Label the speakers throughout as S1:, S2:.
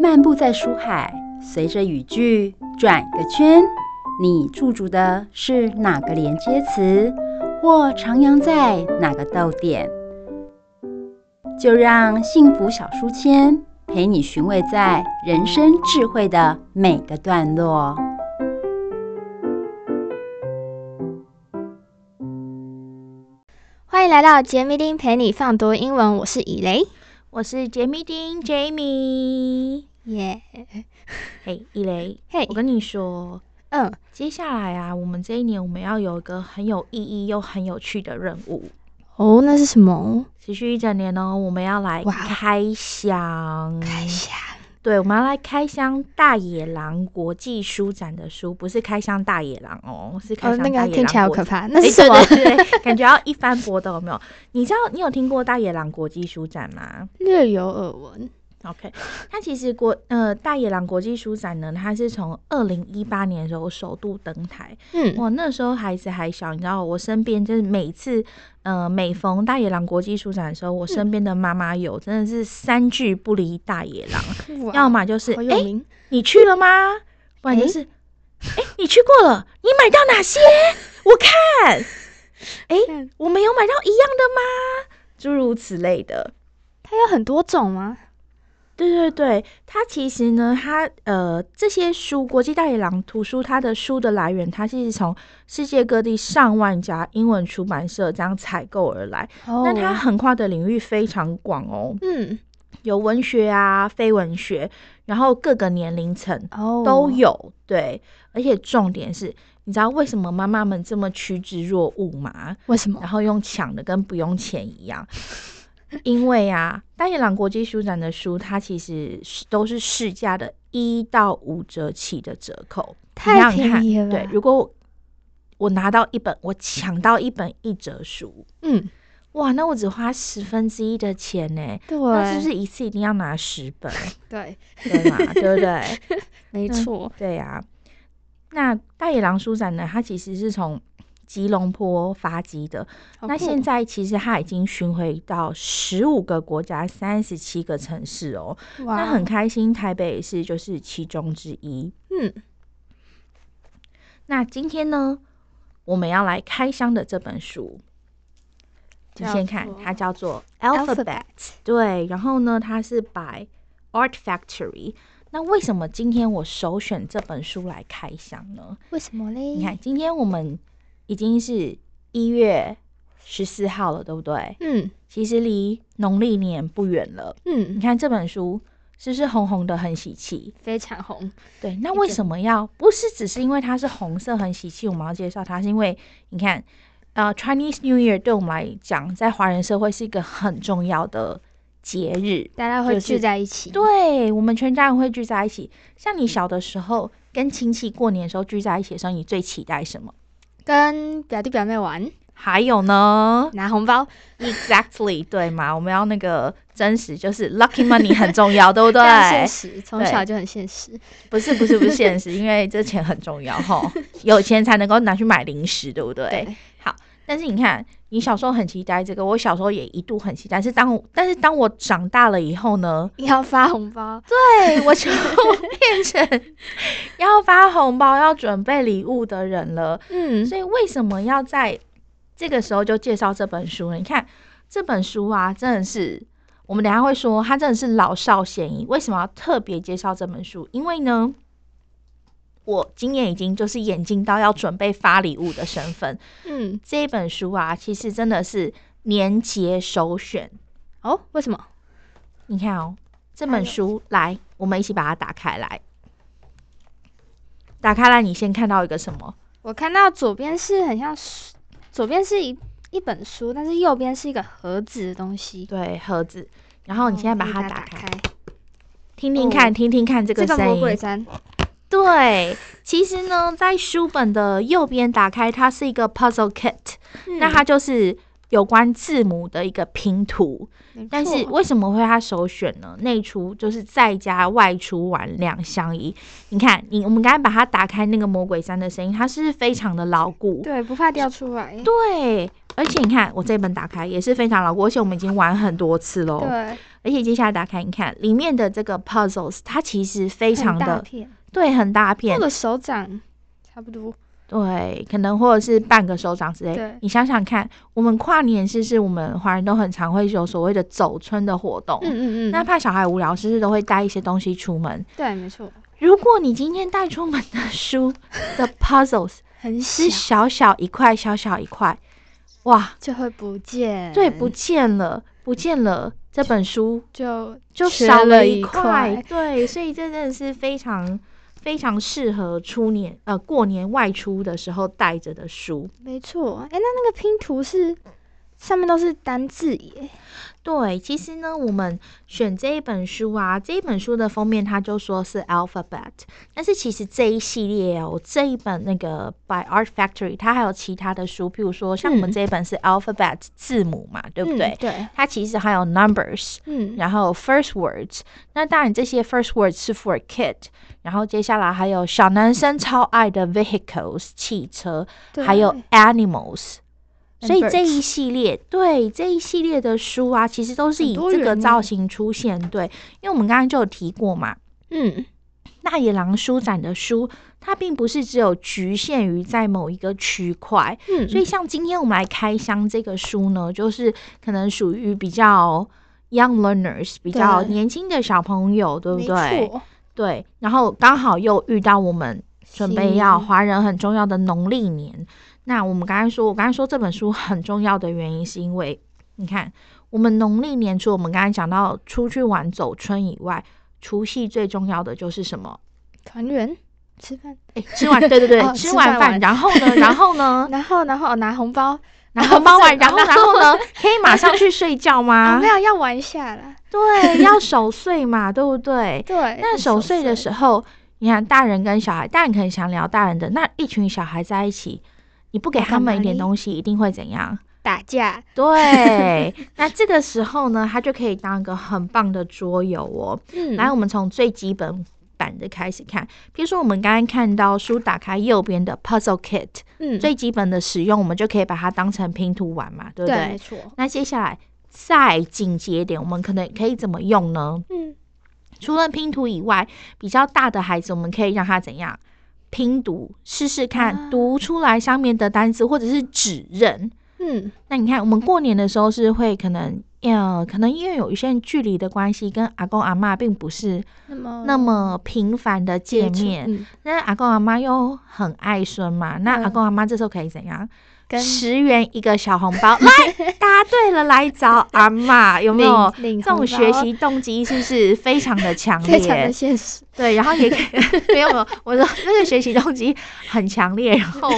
S1: 漫步在书海，随着语句转个圈，你驻足的是哪个连接词，或徜徉在哪个逗点？就让幸福小书签陪你寻味在人生智慧的每个段落。
S2: 欢迎来到杰米丁陪你放多英文，我是以雷。
S3: 我是杰米丁 Jamie。
S2: 耶、
S3: 嘿，一雷，
S2: 嘿
S3: 我跟你说，
S2: 嗯，
S3: 接下来啊，我们这一年我们要有一个很有意义又很有趣的任务，
S2: 哦，那是什么？
S3: 持续一整年呢，我们要来
S2: 哇哦
S3: 开箱，
S2: 开箱。
S3: 对，我们要来开箱大野狼国际书展的书，不是开箱大野狼哦，是开
S2: 哦，
S3: 箱
S2: 那
S3: 大野狼国际、
S2: 个听起来好可怕，那
S3: 哎。
S2: 是什么？
S3: 对 对对，感觉要一番搏斗，有没有？你知道你有听过大野狼国际书展吗？
S2: 略有耳闻。
S3: OK，它其实国呃大野狼国际书展呢，它是从二零一八年的时候首度登台。
S2: 嗯，
S3: 我那时候孩子还小，你知道，我身边就是每次呃每逢大野狼国际书展的时候，我
S2: 嗯
S3: 身边的妈妈友真的是三句不离大野狼，
S2: 哇
S3: 要么就是
S2: 好
S3: 哎、
S2: 有
S3: 诶
S2: 名。
S3: 你去了吗？不然就是哎、诶你去过了，你买到哪些？我 看，哎、
S2: 看
S3: 我们有买到一样的吗？诸如此类的。
S2: 它有很多种吗？
S3: 对对对，它其实呢，它呃这些书，国际大野狼图书，它的书的来源，它是从世界各地上万家英文出版社这样采购而来。
S2: 哦
S3: 那它横跨的领域非常广哦，
S2: 嗯，
S3: 有文学啊、非文学，然后各个年龄层
S2: 哦，
S3: 都。有。对，而且重点是，你知道为什么妈妈们这么趋之若鹜吗？
S2: 为什么
S3: 然？后用抢的跟不用钱一样。因为啊，大野狼国际书展的书，它其实是都是市价的一到五折起的折扣，
S2: 太
S3: 你想想看
S2: 便宜了吧
S3: 对，如果我我拿到一本，我抢到一本一折书，
S2: 嗯，
S3: 哇，那我只花十分之一的钱呢，
S2: 对，
S3: 那是不是一次一定要拿十 本，
S2: 对，
S3: 对吗？对不对？
S2: 没错。
S3: 对呀、那大野狼书展呢，它其实是从吉隆坡发迹的。
S2: 好
S3: 那
S2: 酷
S3: 现在其实它已经巡回到十五个国家、三十七个城市哦。
S2: 哇
S3: 那很开心，台北市就是其中之一。
S2: 嗯，
S3: 那今天呢，我们要来开箱的这本书，你
S2: 叫
S3: 先看，
S2: 做
S3: 它叫做
S2: Alphabet
S3: Alphabet。对，然后呢，它是 by Art Factory。那为什么今天我首选这本书来开箱呢？
S2: 为什么嘞？
S3: 你看，，今天我们已经是一月十四号了，对不对？
S2: 嗯
S3: 其实离农历年不远了。你
S2: 嗯，
S3: 看这本书是不是红红的，很喜气？
S2: 非常红。
S3: 对，那为什么要不是只是因为它是红色很喜气，我们要介绍它，是因为你看，呃，Chinese New Year 对我们来讲，在华人社会是一个很重要的节日。
S2: 大家会
S3: 就是
S2: 聚在一起。
S3: 对我们全家人会聚在一起。像你小的时候跟亲戚过年的时候聚在一起的时候，你最期待什么？
S2: 跟表弟表妹玩，
S3: 还有 呢
S2: 拿红包，
S3: ，exactly 对吗？我们要那个真实，就是 lucky money 很重要，对不 对
S2: 非？常现实，从
S3: 对
S2: 小就很现实。
S3: 不是不是不是现实，因为这钱很重要 哈，有钱才能够拿去买零食，对不对？
S2: 对，
S3: 但是你看，你小时候很期待这个，我小时候也一度很期待，是当我但是当我长大了以后呢，
S2: 要发红包，
S3: 对 我就变成要发红包、要准备礼物的人了。
S2: 嗯，
S3: 所以为什么要在这个时候就介绍这本书呢？你看这本书啊，真的是我们等一下会说，它真的是老少咸宜。为什么要特别介绍这本书？因为呢，我今年已经就是眼睛到要准备发礼物的身份。
S2: 嗯，
S3: 这一本书啊，其实真的是年节首选。
S2: 哦，为什么？
S3: 你看哦，这
S2: 还有
S3: 本书来，我们一起把它打开来。打开来，你先看到一个什么？
S2: 我看到左边是很像书，左边是一一本书，但是右边是一个盒子的东西。哦
S3: 对，盒子。然哦后你现在把它打
S2: 打
S3: 开
S2: 开，，
S3: 听听看，
S2: 哦
S3: 听听看这
S2: 这
S3: 个
S2: 个
S3: 声
S2: 魔鬼
S3: 音。
S2: 毡，
S3: 对，其实呢，在书本的右边打开，它是一个 puzzle kit，、那
S2: 嗯
S3: 它就是有关字母的一个拼图。
S2: 嗯，
S3: 但是
S2: 没错
S3: 为什么会它首选呢？内出就是在家外出玩两相宜。你看，你我们刚才把它打开那个魔鬼山的声音，它是不是非常的牢固。
S2: 对不怕掉出来，
S3: 对，而且你看，我这本打开也是非常牢固，而且我们已经玩很多次喽。
S2: 对，
S3: 而而且接下来大家看一看里面的这个 puzzles，它其实非常
S2: 很大
S3: 的
S2: 片，
S3: 对很大片
S2: 那，个手掌差不多，
S3: 对，可能或者是半个手掌之类
S2: 对。
S3: 你想想看，我们跨年是是我们华人都很常会有所谓的走春的活动，
S2: 嗯嗯嗯，
S3: 那怕小孩无聊，是不是都会带一些东西出门？
S2: 对，没错，
S3: 如果你今天带出门的书的 puzzles
S2: 很小
S3: 是小小一块，小小一块，哇，
S2: 就会不见，
S3: 对，不见了，不见了，这本书
S2: 就
S3: 就
S2: 缺
S3: 少
S2: 了
S3: 一
S2: 一块
S3: 块，对，所以这真的是非常非常适合出年呃过年外出的时候带着的书。
S2: 没错。哎、那那个拼图是上面都是单字耶，
S3: 对，其实呢，我们选这一本书啊，这一本书的封面它就说是 alphabet，但是其实这一系列哦，这一本那个 by Art Factory，它还有其他的书，譬如说像我们
S2: 嗯
S3: 这一本是 alphabet 字母嘛，对不对？
S2: 嗯对，
S3: 它其实还有 numbers，
S2: 嗯，
S3: 然后 first words，那当然这些 first words 是 for kid，然后接下来还有小男生超爱的 vehicles 汽车，
S2: 嗯对
S3: 还有 animals。
S2: And
S3: 所以这
S2: birds
S3: 一系列对这一系列的书啊，其实都是
S2: 很
S3: 以
S2: 多
S3: 这个
S2: 元呢
S3: 造型出现。对，因为我们刚刚就有提过嘛，
S2: 嗯，
S3: 大野狼书展的书，它并不是只有局限于在某一个区块，
S2: 嗯，
S3: 所以像今天我们来开箱这个书呢，就是可能属于比较 young learners，比较
S2: 对
S3: 年轻的小朋友，对不
S2: 没
S3: 对？
S2: 错，
S3: 对，然后刚好又遇到我们准备要
S2: 是
S3: 华人很重要的农历年。那我们刚才说，我刚才说这本书很重要的原因，是因为你看，我们农历年除了我们刚才讲到出去玩走春以外，除夕最重要的就是什么？
S2: 团圆吃饭，
S3: 哎，吃完对对对，
S2: 哦
S3: 吃
S2: 吃
S3: 完
S2: 饭
S3: 饭，
S2: 完
S3: 然后 呢，然后呢，
S2: 然后然后、哦拿红包，
S3: 然后包完，然
S2: 然
S3: 后
S2: 后
S3: 然后 呢，可以马上去睡觉
S2: 啊
S3: 吗
S2: 没？有要玩一下啦，
S3: 对，要守岁嘛，对不对？
S2: 对，
S3: 那守岁的时候，你看大人跟小孩，大人可能想聊大人的，那一群小孩在一起，你不给
S2: 要
S3: 他
S2: 干嘛
S3: 们一点
S2: 呢
S3: 东西，一定会怎 样？
S2: 打架，
S3: 对，那这个时候呢，它就可以当一个很棒的桌游哦。
S2: 嗯，
S3: 来，我们从最基本版的开始看，比如说我们刚刚看到书打开右边的 Puzzle Kit，
S2: 嗯，
S3: 最基本的使用，我们就可以把它当成拼图玩嘛，对不
S2: 对，
S3: 对
S2: 没？错，
S3: 那接下来再进阶一点，我们可能可以怎么用呢？
S2: 嗯，
S3: 除了拼图以外，比较大的孩子，我们可以让他怎样拼读，试试看、
S2: 啊
S3: 读出来上面的单词或者是指认。
S2: 嗯，
S3: 那你看，我们过年的时候是会可能，呃，可能因为有一些距离的关系，跟阿公阿妈并不是
S2: 那么
S3: 那么频繁的见
S2: 嗯接触
S3: 面。
S2: 嗯
S3: 那阿公阿妈又很爱孙嘛，那
S2: 嗯
S3: 阿公阿妈这时候可以怎样？
S2: 跟
S3: 十元一个小红包， 来答对了来找阿妈，有没有？
S2: 领领
S3: 这种
S2: 红
S3: 学
S2: 包
S3: 习动机是不是非常的强
S2: 非常的
S3: 烈？
S2: 现实，
S3: 对，然后也 可以没有没有，我说这个学习动机很强烈，然后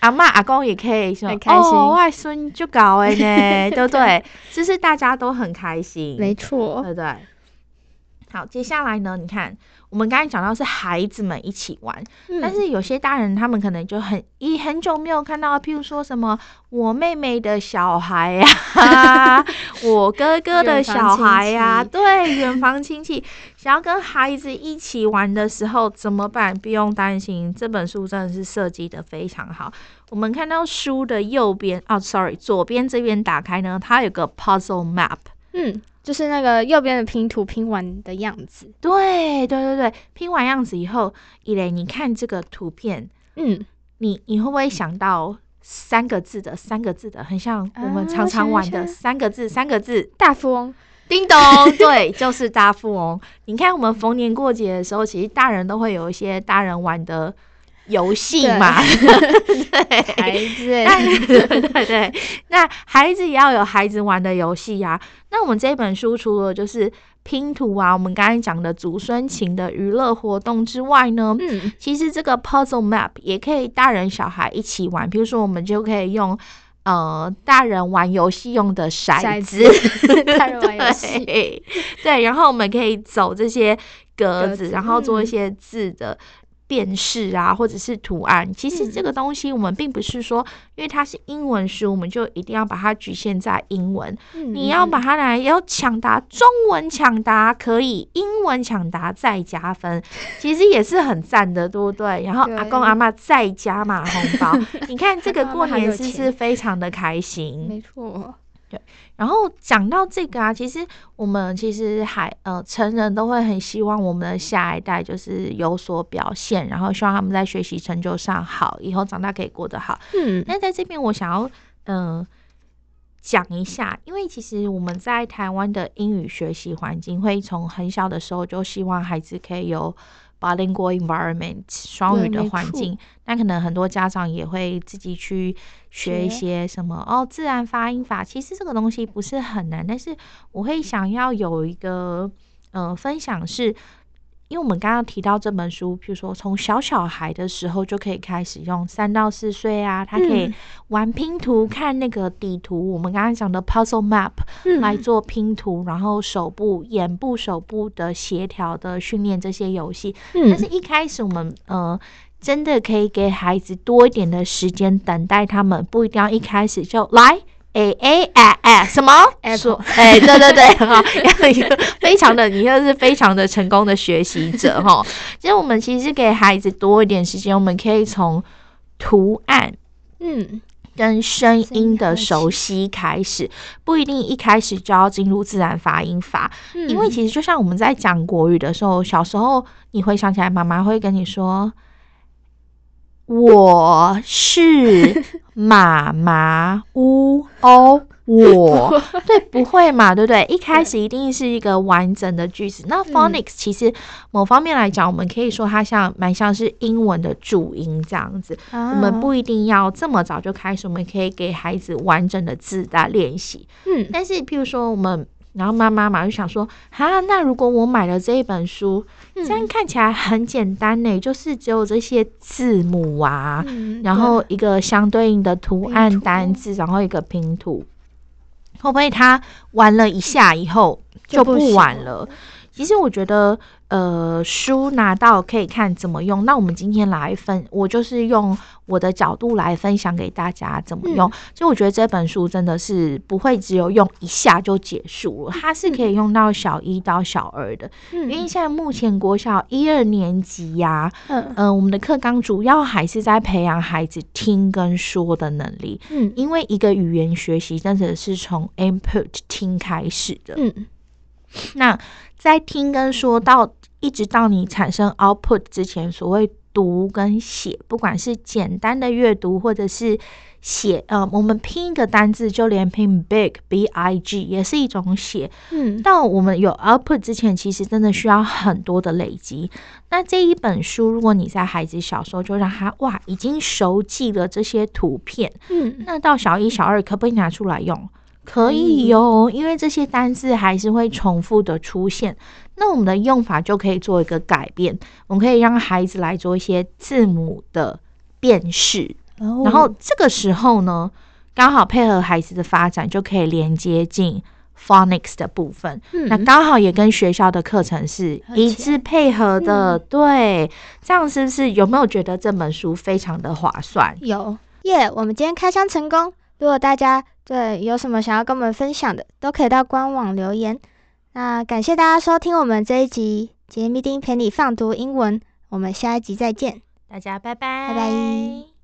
S3: 阿妈阿公也可以说
S2: 很开心
S3: 哦，外孙就搞哎 呢，对不对？就是大家都很开心，
S2: 没错，
S3: 对不对？好，接下来呢？你看，我们刚才讲到是孩子们一起玩，但
S2: 嗯
S3: 是有些大人他们可能就很一很久没有看到，譬如说什么我妹妹的小孩呀、 我哥哥的小孩呀、
S2: 远房亲戚
S3: 对，远房亲戚想要跟孩子一起玩的时候怎么办？不用担心，这本书真的是设计的非常好。我们看到书的右边，哦，sorry，左边这边打开呢，它有个 puzzle map。
S2: 嗯，就是那个右边的拼图拼完的样子，
S3: 对对对对，拼完样子以后，以磊，你看这个图片，
S2: 嗯，
S3: 你你会不会想到三个字的三个字的，很像我们
S2: 啊
S3: 常常
S2: 想一
S3: 玩的
S2: 下
S3: 三个字三个字？
S2: 大富 翁，
S3: 叮咚，对，就是大富翁。你看我们逢年过节的时候，其实大人都会有一些大人玩的游戏嘛，
S2: 孩
S3: 对。 但
S2: 子，欸
S3: 对对对，那孩子也要有孩子玩的游戏呀、那我们这本书除了就是拼图啊，我们刚才讲的祖孙情的娱乐活动之外呢，
S2: 嗯，
S3: 其实这个 puzzle map 也可以大人小孩一起玩，比如说我们就可以用呃大人玩游戏用的骰
S2: 骰
S3: 子，
S2: 大人玩游戏，
S3: 对对，然后我们可以走这些格子，
S2: 格子
S3: 然后做一
S2: 嗯
S3: 些字的。辨识啊，或者是图案，其实
S2: 嗯
S3: 这个东西我们并不是说，因为它是英文书，我们就一定要把它局限在英文。
S2: 嗯
S3: 你要把它拿来要抢答，中文抢答可以，英文抢答再加分，其实也是很赞的，对不对？然后
S2: 对
S3: 阿公阿妈 再加码红包，你看这个
S2: 阿公
S3: 过
S2: 阿嬷好
S3: 年
S2: 有
S3: 是不
S2: 钱
S3: 是非常的开
S2: 嗯
S3: 心？
S2: 没错，
S3: 然后讲到这个啊，其实我们其实还呃成人都会很希望我们的下一代就是有所表现，然后希望他们在学习成就上好，以后长大可以过得好。
S2: 嗯
S3: 但在这边我想要嗯讲、一下，因为其实我们在台湾的英语学习环境会从很小的时候就希望孩子可以有 bilingual environment 双语
S2: 对
S3: 的
S2: 没
S3: 环
S2: 错
S3: 境，那可能很多家长也会自己去学一
S2: 学
S3: 些什么哦自然发音法，其实这个东西不是很难，但是我会想要有一个呃分享是。因为我们刚刚提到这本书，譬如说从小小孩的时候就可以开始用，三到四岁啊，他可以
S2: 嗯
S3: 玩拼图，看那个底图，我们刚刚讲的 puzzle map
S2: 嗯
S3: 来做拼图，然后手部、眼部、手部的协调的训练这些游戏。
S2: 嗯
S3: 但是一开始我们呃，真的可以给孩子多一点的时间等待他们，不一定要一开始就来。哎哎哎哎，什么？
S2: Apple
S3: 说哎、对对对， 很好，要一个非常的，你又是非常的成功的学习者哈。其实我们其实给孩子多一点时间，我们可以从图案
S2: 嗯
S3: 跟声
S2: 声
S3: 音
S2: 音
S3: 的
S2: 开始
S3: 熟悉开始，不一定一开始就要进入自然发音法，
S2: 嗯，
S3: 因为其实就像我们在讲国语的时候，小时候你回想起来，妈妈会跟你说：“我 是妈妈乌哦。”我对不会嘛，对不对？一嗯开始一定是一个完整的句子。那 phonics 其实某方面来讲，我们可以说它像蛮像是英文的注音这样子。
S2: 啊
S3: 我们不一定要这么早就开始，我们可以给孩子完整的字的练习。
S2: 嗯
S3: 但是，譬如说我们，然后妈妈嘛就想说，哈，那如果我买了这一本书，这样看起来很简单呢，就是只有这些字母啊，
S2: 嗯
S3: 然
S2: 对
S3: 后一个相对应的图案单字，然后一个拼图，会不会他玩了一下以后就
S2: 就不
S3: 不
S2: 行
S3: 玩了？其实我觉得，呃，书拿到可以看怎么用。那我们今天来分，我就是用我的角度来分享给大家怎么
S2: 嗯
S3: 用。其实我觉得这本书真的是不会只有用一下就结束了，它是可以用到小一到小二的，因为
S2: 嗯
S3: 现在目前国小一二年级呀、
S2: 嗯
S3: 嗯，我们的课纲主要还是在培养孩子听跟说的能力，
S2: 嗯
S3: 因为一个语言学习真的是从 input 听开始的。
S2: 嗯
S3: 那在听跟说到一直到你产生 output 之前，所谓读跟写，不管是简单的阅读或者是写，呃，我们拼一个单字，就连拼 big b i g 也是一种写，
S2: 嗯
S3: 到我们有 output 之前，其实真的需要很多的累积。那这一本书，如果你在孩子小时候就让他哇，已经熟记了这些图片，
S2: 嗯
S3: 那到小一、小二可不可以拿出来用？可以哟、因为这些单字还是会重复的出现。那我们的用法就可以做一个改变，我们可以让孩子来做一些字母的辨识。
S2: 然后
S3: 然后这个时候呢，刚好配合孩子的发展，就可以连接进 phonics 的部分。那
S2: 嗯
S3: 刚好也跟学校的课程是
S2: 合起来
S3: 一致配合的，对，这样是不是有没有觉得这本书非常的划算？
S2: 有耶我们今天开箱成功。如果大家对有什么想要跟我们分享的，都可以到官网留言。那感谢大家收听我们这一集《杰米丁陪你放读英文》，我们下一集再见。
S3: 大家拜
S2: 拜
S3: 拜，
S2: 拜